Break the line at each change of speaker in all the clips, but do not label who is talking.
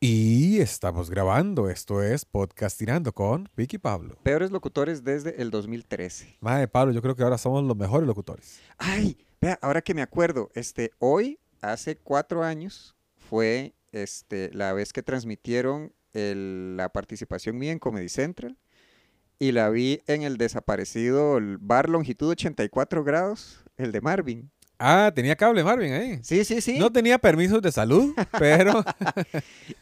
Y estamos grabando, esto es Podcastinando con Vicky Pablo.
Peores locutores desde el 2013.
Madre Pablo, yo creo que ahora somos los mejores locutores.
Ay, vea, ahora que me acuerdo, este, hoy, hace cuatro años, fue este, la vez que transmitieron el- la participación mía en Comedy Central y la vi en el desaparecido el bar longitud 84 grados, el de Marvin.
Ah, tenía cable Marvin ahí.
Sí, sí, sí.
No tenía permisos de salud, pero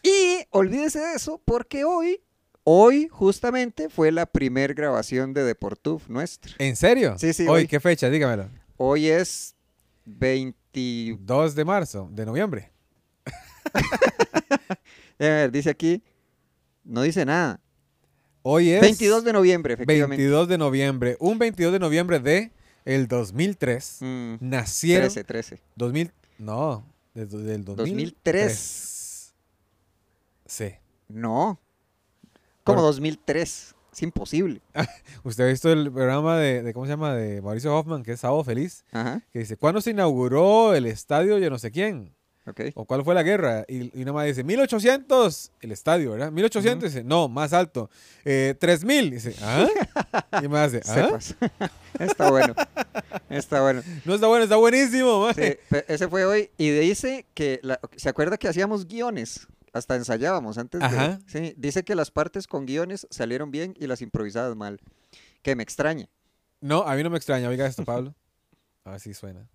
Y olvídese de eso porque hoy, hoy justamente fue la primer grabación de Deportuf nuestra.
¿en serio?
Sí, sí,
Hoy,
hoy.
¿qué fecha? Dígamelo.
Hoy es 20...
2 de marzo, de noviembre.
A ver, dice aquí, no dice nada.
Hoy es
22 de noviembre, efectivamente.
22 de noviembre. Un 22 de noviembre de el 2003
Mm,
nacieron
13, 13.
2000 no, desde del 2003.
2003.
Sí.
No. Como
Bueno.
2003. Es imposible.
Usted ha visto el programa de, de- ¿cómo se llama? De Mauricio Hoffman, que es Sábado Feliz,
Ajá,
que dice, ¿cuándo se inauguró el estadio yo no sé quién?
ok.
¿O cuál fue la guerra? Y, y nomás dice, 1800, el estadio, ¿verdad? 1800, dice, no, más alto. Eh, 3000, dice, ¿ah? Y más dice, ¿ah?
Sepas. Está bueno. Está bueno.
No está bueno, está buenísimo,
Sí,
mae.
pe- ese fue hoy. Y dice que, la- ¿se acuerda que hacíamos guiones? Hasta ensayábamos antes. de-
Ajá.
sí, dice que las partes con guiones salieron bien y las improvisadas mal. Que me extraña.
No, a mí no me extraña, oiga esto, Pablo. A ver si suena.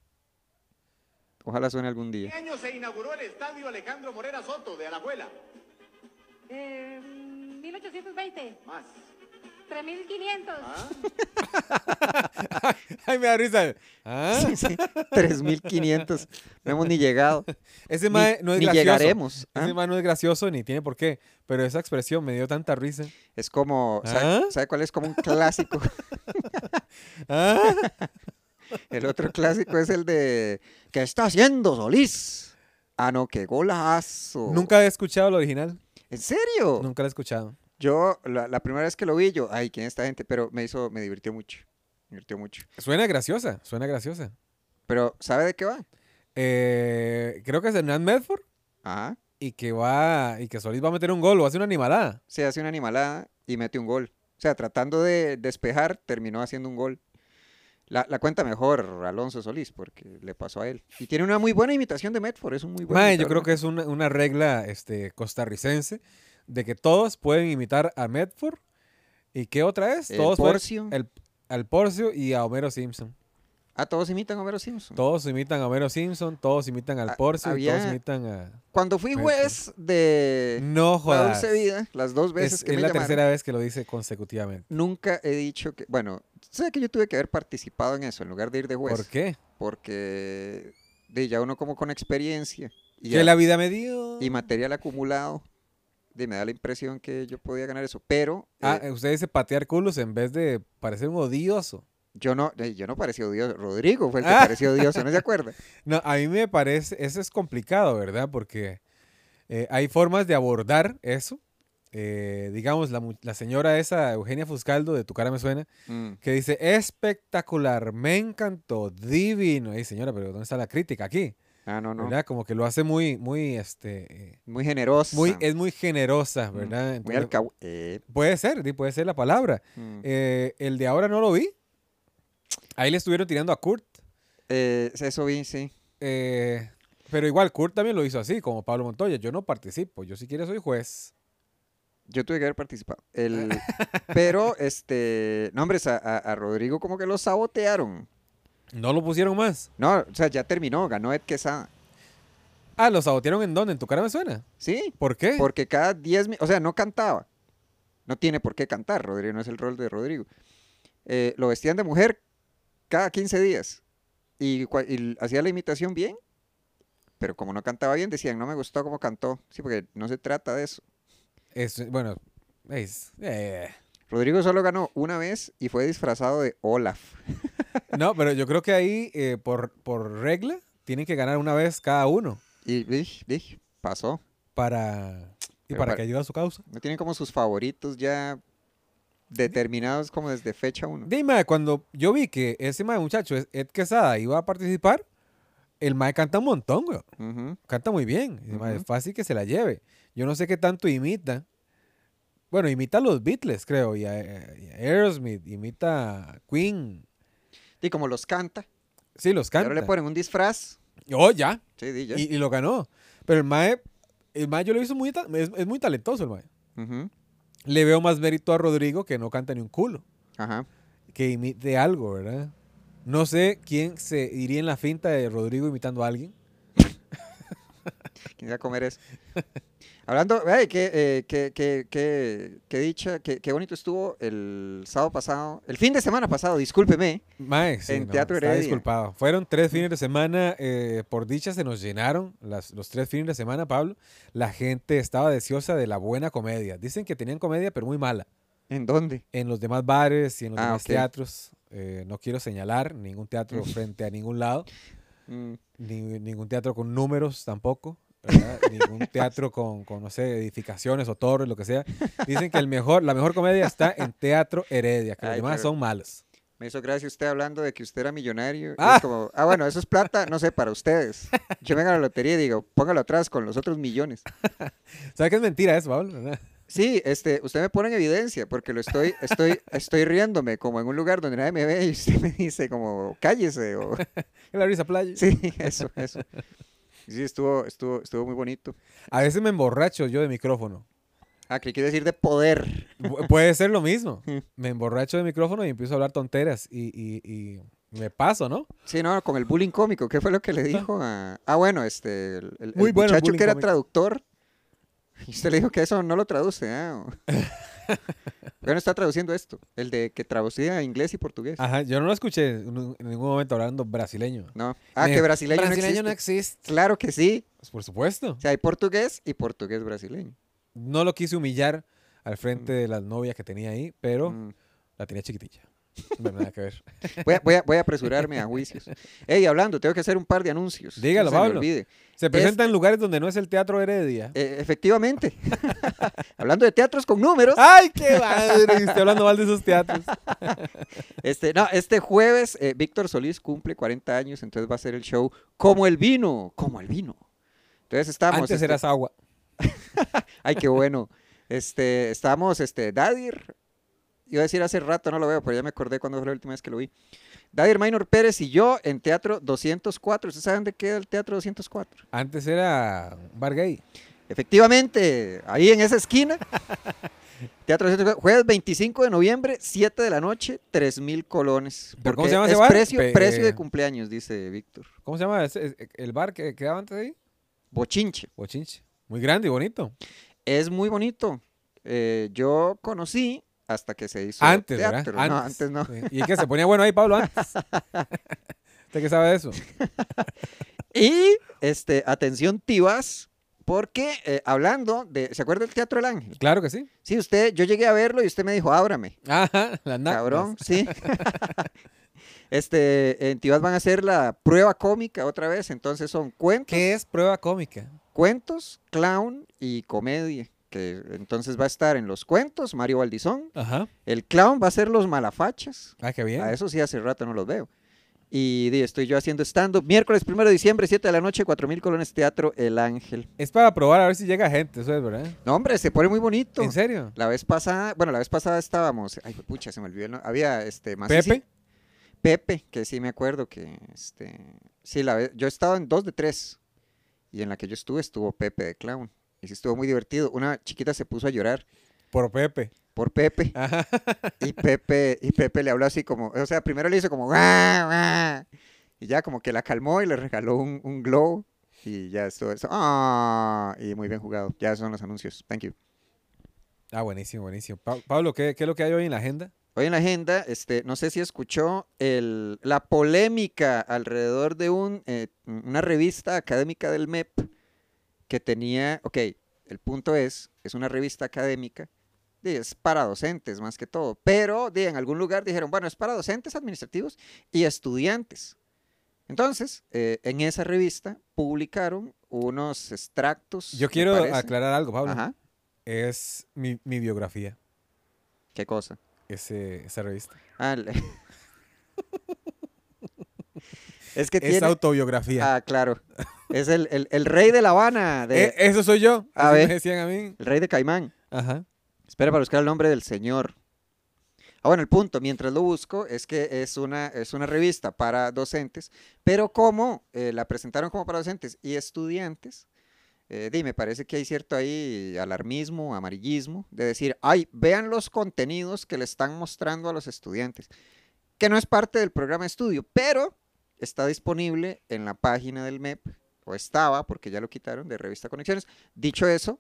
Ojalá suene algún
¿Qué
día.
Este año se inauguró el estadio Alejandro Morera Soto de Alajuela?
Eh, 1820,
Más.
3500.
¿Ah?
Ay, me da risa. ¿Ah?
Sí, sí, 3500. No hemos ni llegado.
Ese
Ni-
mae no es
ni
gracioso.
llegaremos. ¿ah?
Ese mae no es gracioso ni tiene por qué, pero esa expresión me dio tanta risa.
Es como, ¿sabe,
¿Ah?
sabe cuál es como un clásico?
¿Ah?
El otro clásico es el de ¿Qué está haciendo Solís? Ah, no, qué golazo.
Nunca he escuchado el original.
¿En serio?
Nunca lo he escuchado.
Yo, la, la primera vez que lo vi, yo, ay, ¿quién es esta gente? Pero me hizo, me divirtió mucho. Me divirtió mucho.
Suena graciosa, suena graciosa.
Pero, ¿sabe de qué va?
Eh, creo que es Hernán Medford
Ajá.
y que va y que Solís va a meter un gol o hace una animalada.
Se hace una animalada y mete un gol. O sea, tratando de despejar, terminó haciendo un gol. La, la cuenta mejor Alonso Solís, porque le pasó a él. Y tiene una muy buena imitación de Medford, es un muy buen
Mae, yo
imitador,
creo
¿no?
que es una, una regla este, costarricense de que todos pueden imitar a Medford. ¿Y qué otra es?
El
Todos pueden-
Porcio.
el- al Porcio y a Homero Simpson.
Ah, todos imitan a Homero Simpson.
Todos imitan a Homero Simpson, todos imitan al
Ah,
Porcio y todos
había-
imitan a...
Cuando fui
Medford.
juez de
No
La
jodas.
Dulce Vida, las dos veces
Es,
que
es
me
la
llamaron,
tercera vez que lo dice consecutivamente.
nunca he dicho que, bueno, sé que yo tuve que haber participado en eso en lugar de ir de juez.
¿Por qué?
Porque de, ya uno como con experiencia y,
Que
ya-
la vida me dio.
y material acumulado, de, me da la impresión que yo podía ganar eso. Pero
Ah,
eh,
eh, usted dice patear culos en vez de parecer un odioso.
yo no, eh, yo no parecía odioso. Rodrigo fue el que
Ah.
pareció odioso, ¿no se acuerda?
No, a mí me parece, eso es complicado, ¿verdad? Porque eh, hay formas de abordar eso. Eh, digamos, la, mu- la señora esa, Eugenia Fuscaldo, de Tu cara me suena,
Mm,
que dice, espectacular, me encantó, divino. Ay, señora, pero ¿dónde está la crítica aquí?
Ah, no, no.
¿Verdad? Como que lo hace muy, muy, este, eh,
Muy generoso.
muy, es muy generosa,
Mm,
¿verdad?
muy
Entonces,
alcahu- eh,
puede ser, di, puede ser la palabra.
mm.
Eh, el de ahora no lo vi. Ahí le estuvieron tirando a Kurt.
Eh, eso vi, sí.
Eh, pero igual, Kurt también lo hizo así, como Pablo Montoya. Yo no participo, yo si quiere soy juez.
Yo tuve que haber participado.
Ah.
El, pero, este, no, hombre, a, a- a Rodrigo como que lo sabotearon.
No lo pusieron más.
No, o sea, ya terminó, ganó Ed Quesada.
Ah, ¿lo sabotearon en dónde? ¿En tu cara me suena?
Sí,
¿Por qué?
porque cada 10 minutos, o sea, no cantaba. No tiene por qué cantar, Rodrigo, no es el rol de Rodrigo. Eh, lo vestían de mujer cada 15 días y, cua- y hacía la imitación bien, pero como no cantaba bien, decían, no me gustó cómo cantó. Sí, porque no se trata de eso.
Es- bueno, es- eh.
Rodrigo solo ganó una vez y fue disfrazado de Olaf.
No, pero yo creo que ahí, eh, por, por regla, tienen que ganar una vez cada uno
Y dij, dij, pasó.
para, y
Pero
para
para-
que ayude a su causa.
No tienen como sus favoritos ya determinados como desde fecha 1.
Dime, cuando yo vi que ese mae muchacho, Ed Quesada, iba a participar, el Mae canta un montón, güey.
Ujú.
Canta muy bien. Y el mae,
Ujú.
fácil que se la lleve. Yo no sé qué tanto imita. Bueno, imita a los Beatles, creo, y a, y a Aerosmith, imita a Queen.
Y como los canta,
Sí, los
y
canta.
ahora le ponen un disfraz.
Oh, ya.
Sí, di ya.
Y, y lo ganó. Pero el Mae, el Mae yo lo hizo muy, ta- es, es muy talentoso el Mae.
Ujú.
Le veo más mérito a Rodrigo que no canta ni un culo.
Ajá.
Que imite algo, ¿verdad? No sé quién se iría en la finta de Rodrigo imitando a alguien.
¿Quién va a comer eso? Hablando, ay, qué, eh, qué, qué- qué- qué dicha, qué, qué bonito estuvo el sábado pasado, el fin de semana pasado, discúlpeme.
Mae, sí,
En
no,
Teatro
está
Heredia.
disculpado. Fueron tres fines de semana, eh, por dicha se nos llenaron las- los tres fines de semana, Pablo. La gente estaba deseosa de la buena comedia. Dicen que tenían comedia, pero muy mala.
¿En dónde?
En los demás bares y en los
Ah,
demás
ok.
teatros. eh, no quiero señalar ningún teatro frente a ningún lado.
Mm,
Ni- ningún teatro con números tampoco. ¿verdad? ningún teatro con, con, no sé, edificaciones o torres, lo que sea. Dicen que el mejor, la mejor comedia está en Teatro Heredia, que los
Ay,
demás
pero-
son malos.
Me hizo gracia usted hablando de que usted era millonario. y
Ah.
Es como, ah, bueno, eso es plata, no sé, para ustedes. Yo me gano la lotería y digo, póngalo atrás con los otros millones.
¿Sabes que es mentira eso, Pablo? ¿verdad?
Sí, este, usted me pone en evidencia porque lo estoy, estoy, estoy riéndome como en un lugar donde nadie me ve y usted me dice como, cállese o...
Es la risa playa.
Sí, eso, eso. Sí, estuvo, estuvo, estuvo muy bonito.
A veces me emborracho yo de micrófono.
Ah, que quiere decir de poder.
Pu- Puede ser lo mismo.
Mm.
Me emborracho de micrófono y empiezo a hablar tonteras y, y- y me paso, ¿no?
Sí, no, con el bullying cómico, ¿qué fue lo que le dijo a... Ah, bueno, este, el, el- el
Muy bueno el
muchacho
bullying
que era
cómico.
traductor. Y usted le dijo que eso no lo traduce, ah. Bueno, está traduciendo esto, el de que traducía inglés y portugués.
Ajá, yo no lo escuché en un- en ningún momento hablando brasileño.
No. Ah,
Me-
que brasileño, no
no
existe.
existe.
Claro que sí.
Pues, por supuesto.
O sea, hay portugués y portugués brasileño.
No lo quise humillar al frente de las novias que tenía ahí, pero
Mm.
la tenía chiquitilla. No nada que ver.
Voy a, voy a- voy a apresurarme a juicios. Ey, hablando, tengo que hacer un par de anuncios.
Dígalo,
no se me
Pablo.
olvide.
Se presenta en lugares donde no es el Teatro Heredia.
Eh, efectivamente. Hablando de teatros con números.
¡Ay, qué madre! Estoy hablando mal de esos teatros.
Este, no, este jueves eh, Víctor Solís cumple 40 años, entonces va a ser el show Como el vino, como el vino. Entonces estamos.
Antes
este,
eras agua.
Ay, qué bueno. Este, estamos, este, Dadir. Iba a decir hace rato, no lo veo, pero ya me acordé cuando fue la última vez que lo vi. Dadir Maynor Pérez y yo en Teatro 204. ¿Ustedes saben de qué era el Teatro 204?
Antes era un bar gay.
Efectivamente, ahí en esa esquina. Teatro Centro, jueves 25 de noviembre, 7 de la noche, 3000 colones.
¿Pero
Porque
cómo se llama
es
ese bar?
precio,
Pe-
precio de cumpleaños, dice Víctor.
¿Cómo se llama ese- ese- el bar que quedaba antes ahí?
Bochinche.
Bochinche. Muy grande y bonito.
Es muy bonito. Eh, yo conocí hasta que se hizo
antes,
teatro.
¿verdad?
No, antes no.
Sí. Y es que se ponía bueno ahí, Pablo, antes. ¿Usted qué sabe de eso?
Y este, atención, Tibas, porque eh, hablando de. ¿Se acuerda del Teatro El Ángel?
Claro que sí.
Sí, usted, yo llegué a verlo y usted me dijo, ábrame.
Ajá, las nalgas.
Cabrón, sí. este, en Tibás van a hacer la prueba cómica otra vez, entonces son cuentos,
¿Qué es prueba cómica?
cuentos, clown y comedia. Que entonces va a estar en los cuentos Mario Valdizón,
Ajá.
el clown va a ser los malafachas,
Ah, qué bien.
a eso sí hace rato no los veo. Y di, estoy yo haciendo stand-up. Miércoles 1 de diciembre, 7 de la noche, 4000 colones Teatro El Ángel.
Es para probar a ver si llega gente, eso es, ¿verdad?
No, hombre, se pone muy bonito.
¿En serio?
La vez pasada, bueno, la vez pasada estábamos. Ay, pucha, se me olvidó. el no- Había este más
Pepe.
Pepe, que sí me acuerdo que este sí la ve- yo he estado en dos de tres y en la que yo estuve estuvo Pepe de clown y sí estuvo muy divertido. Una chiquita se puso a llorar
Por Pepe.
por Pepe
Ajá.
y Pepe y Pepe le habló así como, o sea, primero le hizo como "Guau, guau", y ya como que la calmó y le regaló un, un glow y ya estuvo eso. Ah, y muy bien jugado. Ya son los anuncios. Thank you.
Ah, buenísimo, buenísimo. Pa- Pablo, ¿qué, qué es lo que hay hoy en la agenda?
Hoy en la agenda, este, no sé si escuchó el, la polémica alrededor de un, eh, una revista académica del MEP que tenía, ok, el punto es, es una revista académica, y es para docentes más que todo, pero di, en algún lugar dijeron, bueno, es para docentes administrativos y estudiantes. Entonces, eh, en esa revista publicaron unos extractos.
Yo
me
quiero
parece.
aclarar algo, Pablo.
Ajá,
Es mi, mi biografía,
qué cosa.
ese, esa revista.
Ah, el- Es que
es
tiene.
autobiografía.
Ah, claro. Es el, el- el rey de La Habana, de-
Eh, eso soy yo.
A
así
ver.
me decían a mí.
el rey de Caimán.
Ajá.
Espera para buscar el nombre del señor. Ah, bueno, el punto, mientras lo busco, es que es una, es una revista para docentes, pero como eh, la presentaron como para docentes y estudiantes, eh, di, me parece que hay cierto ahí alarmismo, amarillismo, de decir, ay, vean los contenidos que le están mostrando a los estudiantes, que no es parte del programa de estudio, pero está disponible en la página del MEP, o estaba, porque ya lo quitaron, de Revista Conexiones. Dicho eso,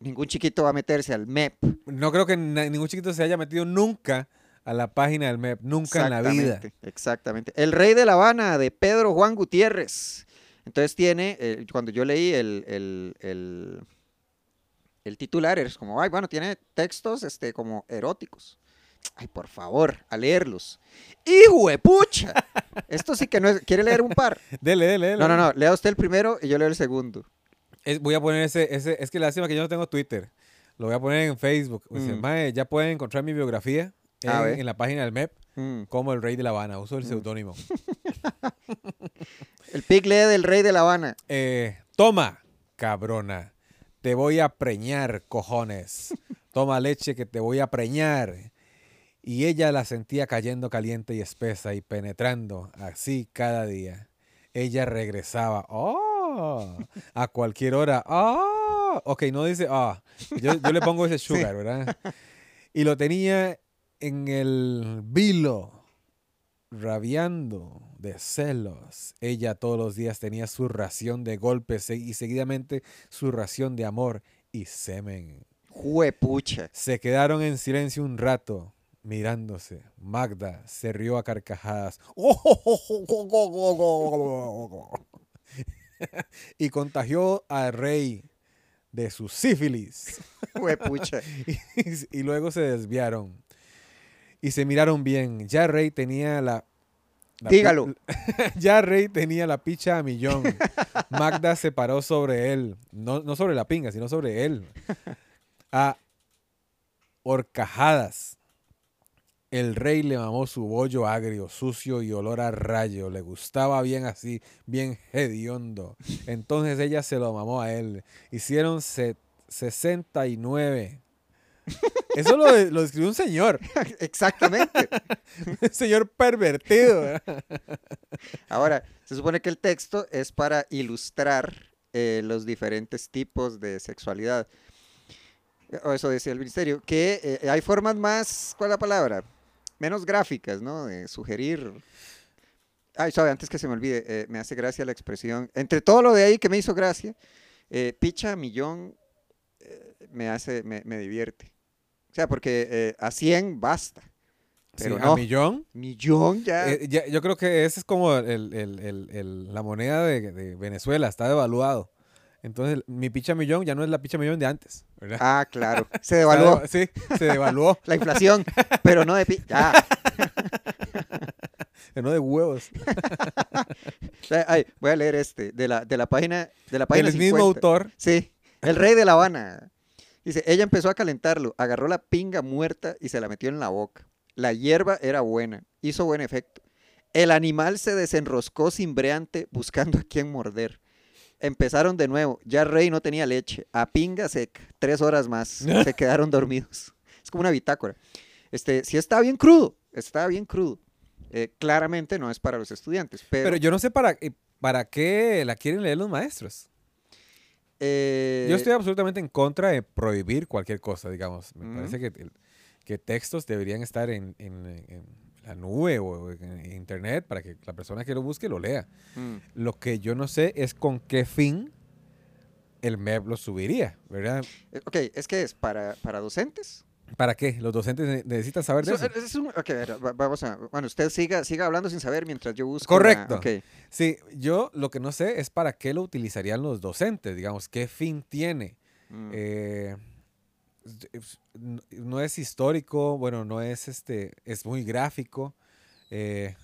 ningún chiquito va a meterse al MEP
No creo que na- ningún chiquito se haya metido nunca a la página del MEP. Nunca en la vida.
Exactamente, Exactamente. El Rey de La Habana de Pedro Juan Gutiérrez. Entonces tiene, eh, cuando yo leí el, el- el- el titular, es como, ay, bueno, tiene textos este, como eróticos. Ay, por favor, a leerlos. ¡Hijo de pucha! Esto sí que no es. ¿Quiere leer un par?
Dele, dele, dele.
No, no, no. Lea usted el primero y yo leo el segundo.
Es- voy a poner ese, ese. Es que lástima que yo no tengo Twitter. Lo voy a poner en Facebook. O sea,
Mm.
"Mae, ya pueden encontrar mi biografía en,
A ver.
en la página del MEP
Mm.
como el Rey de La Habana. Uso el seudónimo.
El pig lee del Rey de La Habana.
Eh, toma, cabrona. Te voy a preñar, cojones. Toma leche que te voy a preñar. Y ella la sentía cayendo caliente y espesa y penetrando así cada día. Ella regresaba. ¡Oh! A cualquier hora. ¡Oh! Ok, no dice ah. Yo, yo le pongo ese sugar, ¿verdad? Y lo tenía en el vilo rabiando de celos. Ella todos los días tenía su ración de golpes e- y seguidamente su ración de amor y semen.
¡Juepucha!
Se quedaron en silencio un rato, mirándose. Magda se rió a carcajadas y contagió al rey de su sífilis.
¡Juepucha!
y luego se desviaron y se miraron bien. Ya Rey tenía la. la pi-
Dígalo.
ya Rey tenía la picha a millón. Magda se paró sobre él. No, no sobre la pinga, sino sobre él. A horcajadas. El rey le mamó su bollo agrio, sucio y olor a rayo. Le gustaba bien así, bien hediondo. Entonces ella se lo mamó a él. Hicieron se- 69. Eso lo, lo escribió un señor.
Exactamente.
Un señor pervertido. ¿verdad?
Ahora, se supone que el texto es para ilustrar eh, los diferentes tipos de sexualidad. Eh, O eso decía el ministerio. Que eh, hay formas más, ¿cuál es la palabra? Menos gráficas, ¿no? De sugerir. Ay, sabe, antes que se me olvide, eh, me hace gracia la expresión. Entre todo lo de ahí que me hizo gracia, eh, picha, millón, eh, me hace, me, me divierte. O sea, porque eh, a 100 basta. Pero
sí,
no. Ah.
a millón.
Millón ya.
Eh, ya- yo creo que ese es como el- el- el- el- la moneda de, de Venezuela, está devaluado. Entonces, mi picha millón ya no es la picha millón de antes, ¿verdad?
Ah, claro. Se
Está
devaluó.
deva- sí, se devaluó,
La inflación, pero no de pi- ya.
no de huevos.
Ay, ay, voy a leer este, de la, de la página, de la página
El mismo
50.
autor.
Sí, El Rey de La Habana. Dice, ella empezó a calentarlo, agarró la pinga muerta y se la metió en la boca. La hierba era buena, hizo buen efecto. El animal se desenroscó cimbreante buscando a quién morder. Empezaron de nuevo, ya Rey no tenía leche, a pinga seca, tres horas más, se quedaron dormidos. Es como una bitácora. Este, sí está bien crudo, está bien crudo. Eh, claramente no es para los estudiantes, pero...
Pero yo no sé para, eh, para qué la quieren leer los maestros.
eh,
Yo estoy absolutamente en contra de prohibir cualquier cosa, digamos. Me
Ujú.
parece que, el- que textos deberían estar en, en- en la nube o en internet para que la persona que lo busque lo lea.
mm.
Lo que yo no sé es con qué fin el MEP lo subiría, ¿verdad?
Eh, Ok, es que es para, para docentes.
¿Para qué? Los docentes ne- necesitan saber de
Es
eso.
un- es un- ok, a ver, va- vamos a. Bueno, usted siga, siga hablando sin saber mientras yo busco. la-
Correcto.
ok.
Sí, yo lo que no sé es para qué lo utilizarían los docentes, digamos, qué fin tiene.
Mm,
Eh, es- es- no- no es histórico, bueno, no es este, es muy gráfico. Eh,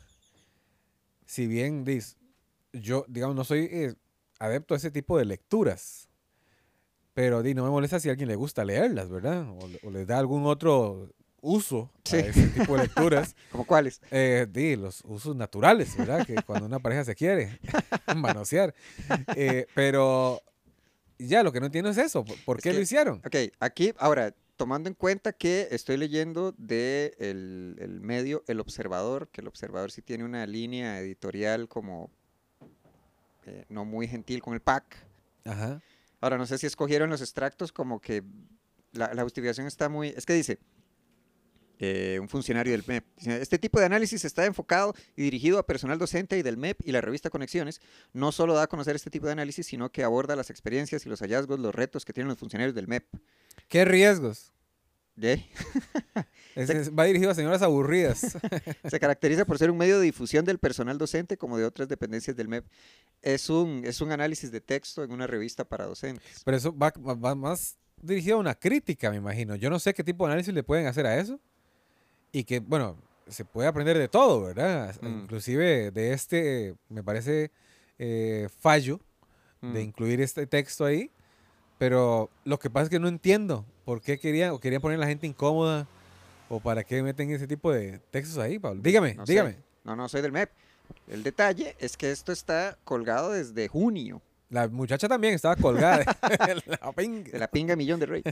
si bien dis, yo, digamos, no soy eh, adepto a ese tipo de lecturas, pero di, no me molesta si a alguien le gusta leerlas, ¿verdad? O, le- o les da algún otro uso
Sí.
a ese tipo de lecturas.
¿Cómo cuáles?
Eh, di, los usos naturales, ¿verdad? Que cuando una pareja se quiere manosear. Eh, pero ya, lo que no entiendo es eso. ¿Por, por
Es
qué
que-
lo hicieron?
Ok, aquí, ahora, tomando en cuenta que estoy leyendo de el, el medio El Observador, que El Observador sí tiene una línea editorial como eh, no muy gentil con el PAC.
Ajá.
Ahora, no sé si escogieron los extractos como que la, la justificación está muy... Es que dice, eh, un funcionario del MEP, dice, este tipo de análisis está enfocado y dirigido a personal docente y del MEP y la revista Conexiones. No solo da a conocer este tipo de análisis, sino que aborda las experiencias y los hallazgos, los retos que tienen los funcionarios del MEP.
¿Qué riesgos?
¿Yay?
Es-
Se-
es- va dirigido a señoras aburridas.
Se caracteriza por ser un medio de difusión del personal docente como de otras dependencias del MEP. Es un, es un análisis de texto en una revista para docentes.
Pero eso va, va- va más dirigido a una crítica, me imagino. Yo no sé qué tipo de análisis le pueden hacer a eso. Y que, bueno, se puede aprender de todo, ¿verdad?
Mm.
Inclusive de este, me parece, eh, fallo
Mm.
de incluir este texto ahí. Pero lo que pasa es que no entiendo por qué querían o querían poner a la gente incómoda o para qué meten ese tipo de textos ahí, Pablo. Dígame,
No sé.
dígame.
No, no, soy del MEP. El detalle es que esto está colgado desde junio,
La muchacha también estaba colgada de, de la ping-
de la pinga Millón de Rey.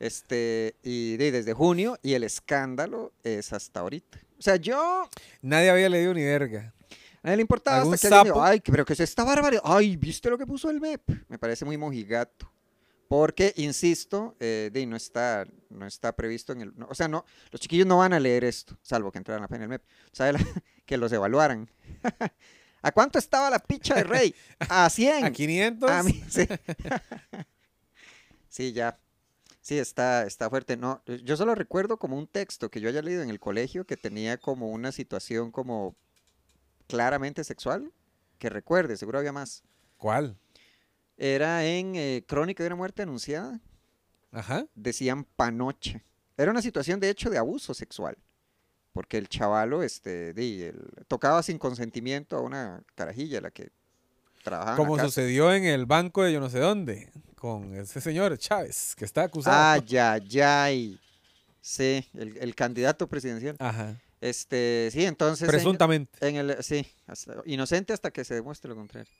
Este, y de- desde junio, y el escándalo es hasta ahorita. O sea, yo,
Nadie había leído ni verga.
a nadie le importaba hasta
¿Algún
que alguien dijo,
sapo?
ay, pero que es esta barbaridad. Ay, ¿viste lo que puso el MEP? Me parece muy mojigato. Porque, insisto, eh, de, no, está, no está previsto en el... no, o sea, no, los chiquillos no van a leer esto, salvo que entraran a en el MEP. O sea, la- que los evaluaran. ¿A cuánto estaba la picha de Rey? A 100.
A 500.
A mí, Ah, sí. Sí, ya. Sí, está, está fuerte. No, yo solo recuerdo como un texto que yo haya leído en el colegio que tenía como una situación como claramente sexual, que recuerde, seguro había más.
¿Cuál?
Era en eh, Crónica de una muerte anunciada,
Ajá.
decían panoche. Era una situación de hecho de abuso sexual, porque el chavalo este, di, el- tocaba sin consentimiento a una carajilla, la que trabajaba. en la
Como
casa.
sucedió en el banco de yo no sé dónde con ese señor Chávez que está acusado.
Ay, ay, ay. Sí, el, el candidato presidencial.
Ajá.
Este, sí, entonces. en-
Presuntamente.
En, el, sí, hasta- inocente hasta que se demuestre lo contrario.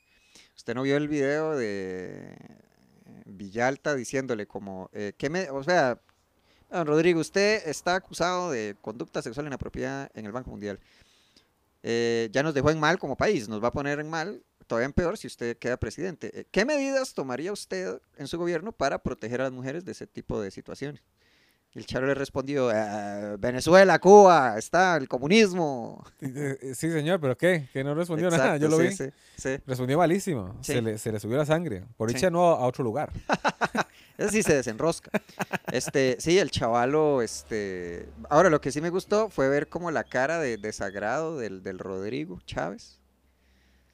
Usted no vio el video de eh, Villalta diciéndole como, eh, ¿qué me, o sea, don Rodrigo, usted está acusado de conducta sexual inapropiada en el Banco Mundial. Eh, ya nos dejó en mal como país, nos va a poner en mal, todavía en peor si usted queda presidente. Eh, ¿Qué medidas tomaría usted en su gobierno para proteger a las mujeres de ese tipo de situaciones? Y el Charo le respondió, "Ah, Venezuela, Cuba, está el comunismo.
Eh, Sí, señor, pero ¿qué? Que no respondió nada.
Exacto,
Yo lo
sí,
vi.
sí, sí.
Respondió malísimo.
Sí.
Se, le, se le subió la sangre. Por
Sí.
dicha no a otro lugar.
Ese sí se desenrosca. Este, sí, el chavalo, este. Ahora, lo que sí me gustó fue ver como la cara de desagrado del, del Rodrigo Chávez.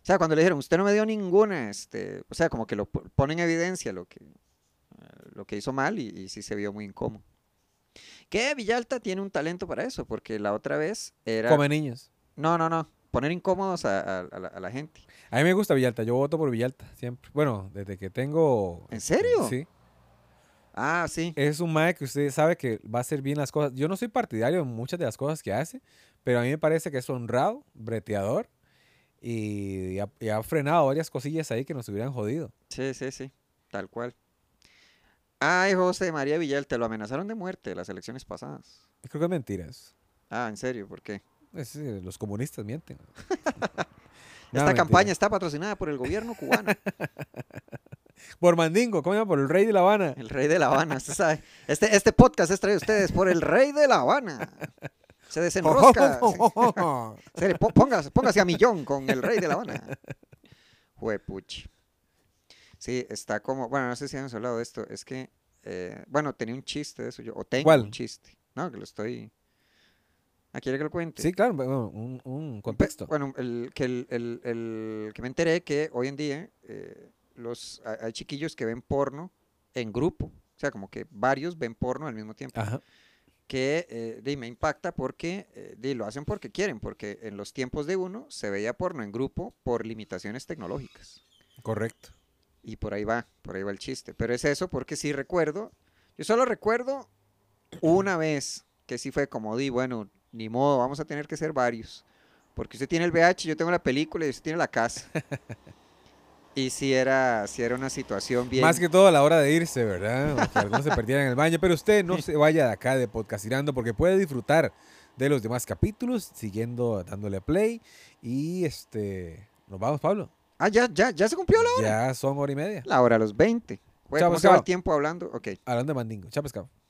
O sea, cuando le dijeron, usted no me dio ninguna, este. O sea, como que lo po- pone en evidencia lo que, eh, lo que hizo mal y, y sí se vio muy incómodo. Que Villalta tiene un talento para eso, porque la otra vez era.
Come niños.
No, no, no. Poner incómodos a, a- a la, a la gente.
A mí me gusta Villalta. Yo voto por Villalta siempre. Bueno, desde que tengo.
¿En serio?
Sí.
Ah, sí.
Es un mae que usted sabe que va a hacer bien las cosas. Yo no soy partidario de muchas de las cosas que hace, pero a mí me parece que es honrado, breteador y ha, y ha frenado varias cosillas ahí que nos hubieran jodido.
Sí, sí, sí, tal cual. Ay, José María Villalta, lo amenazaron de muerte las elecciones pasadas.
Yo creo que es mentira eso.
Ah, en serio, ¿por qué?
Es, eh, los comunistas mienten. No,
Esta
mentira.
campaña está patrocinada por el gobierno cubano,
Por Mandingo, ¿cómo se llama? Por el rey de La Habana.
el rey de La Habana. usted sabe. Este, este podcast es traído a ustedes por el rey de La Habana. Se desenrosca. se- se le po- póngase, póngase a millón con el rey de La Habana. Juepuchi. Sí, está como. Bueno, no sé si hemos hablado de esto. Es que. eh, bueno, tenía un chiste de eso yo. O tengo
¿Cuál?
un chiste. No, que lo estoy. ¿Ah, quiere que lo cuente?
Sí, claro, bueno, un, un
Pe-
contexto.
Bueno, el que, el, el- el que me enteré que hoy en día eh, los, hay- hay chiquillos que ven porno en grupo. O sea, como que varios ven porno al mismo tiempo.
Ajá.
Que eh, di, me impacta porque eh, di, lo hacen porque quieren, porque en los tiempos de uno se veía porno en grupo por limitaciones tecnológicas.
Correcto.
Y por ahí va, por ahí va el chiste. Pero es eso porque sí recuerdo, yo solo recuerdo una vez que sí fue como di, bueno, ni modo, vamos a tener que ser varios. Porque usted tiene el VH, yo tengo la película y usted tiene la casa. Y sí era, sí era una situación bien.
Más que todo a la hora de irse, ¿verdad? O que algunos se perdieran en el baño. Pero usted no se vaya de acá de podcastirando porque puede disfrutar de los demás capítulos siguiendo dándole play. Y este. Nos vamos, Pablo.
Ah, ya, ya, ya se cumplió la hora.
Ya son hora y media.
La hora a los 20. Güey,
Chao,
¿Cómo se va
pescado.
el tiempo hablando? Ok.
Hablando de mandingo. Chao, pescado.